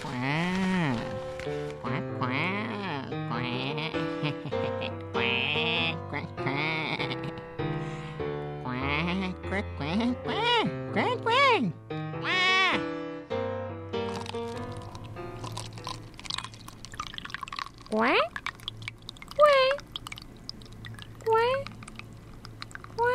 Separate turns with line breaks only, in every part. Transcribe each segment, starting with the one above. Quá. Quá quá. Quá. Quá quá quá. Quá quá quá quá. Quá quá. Quá.
Quá Quá Quá Quá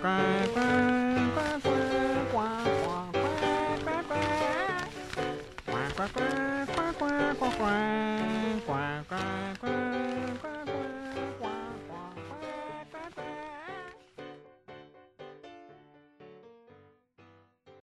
quá quá quá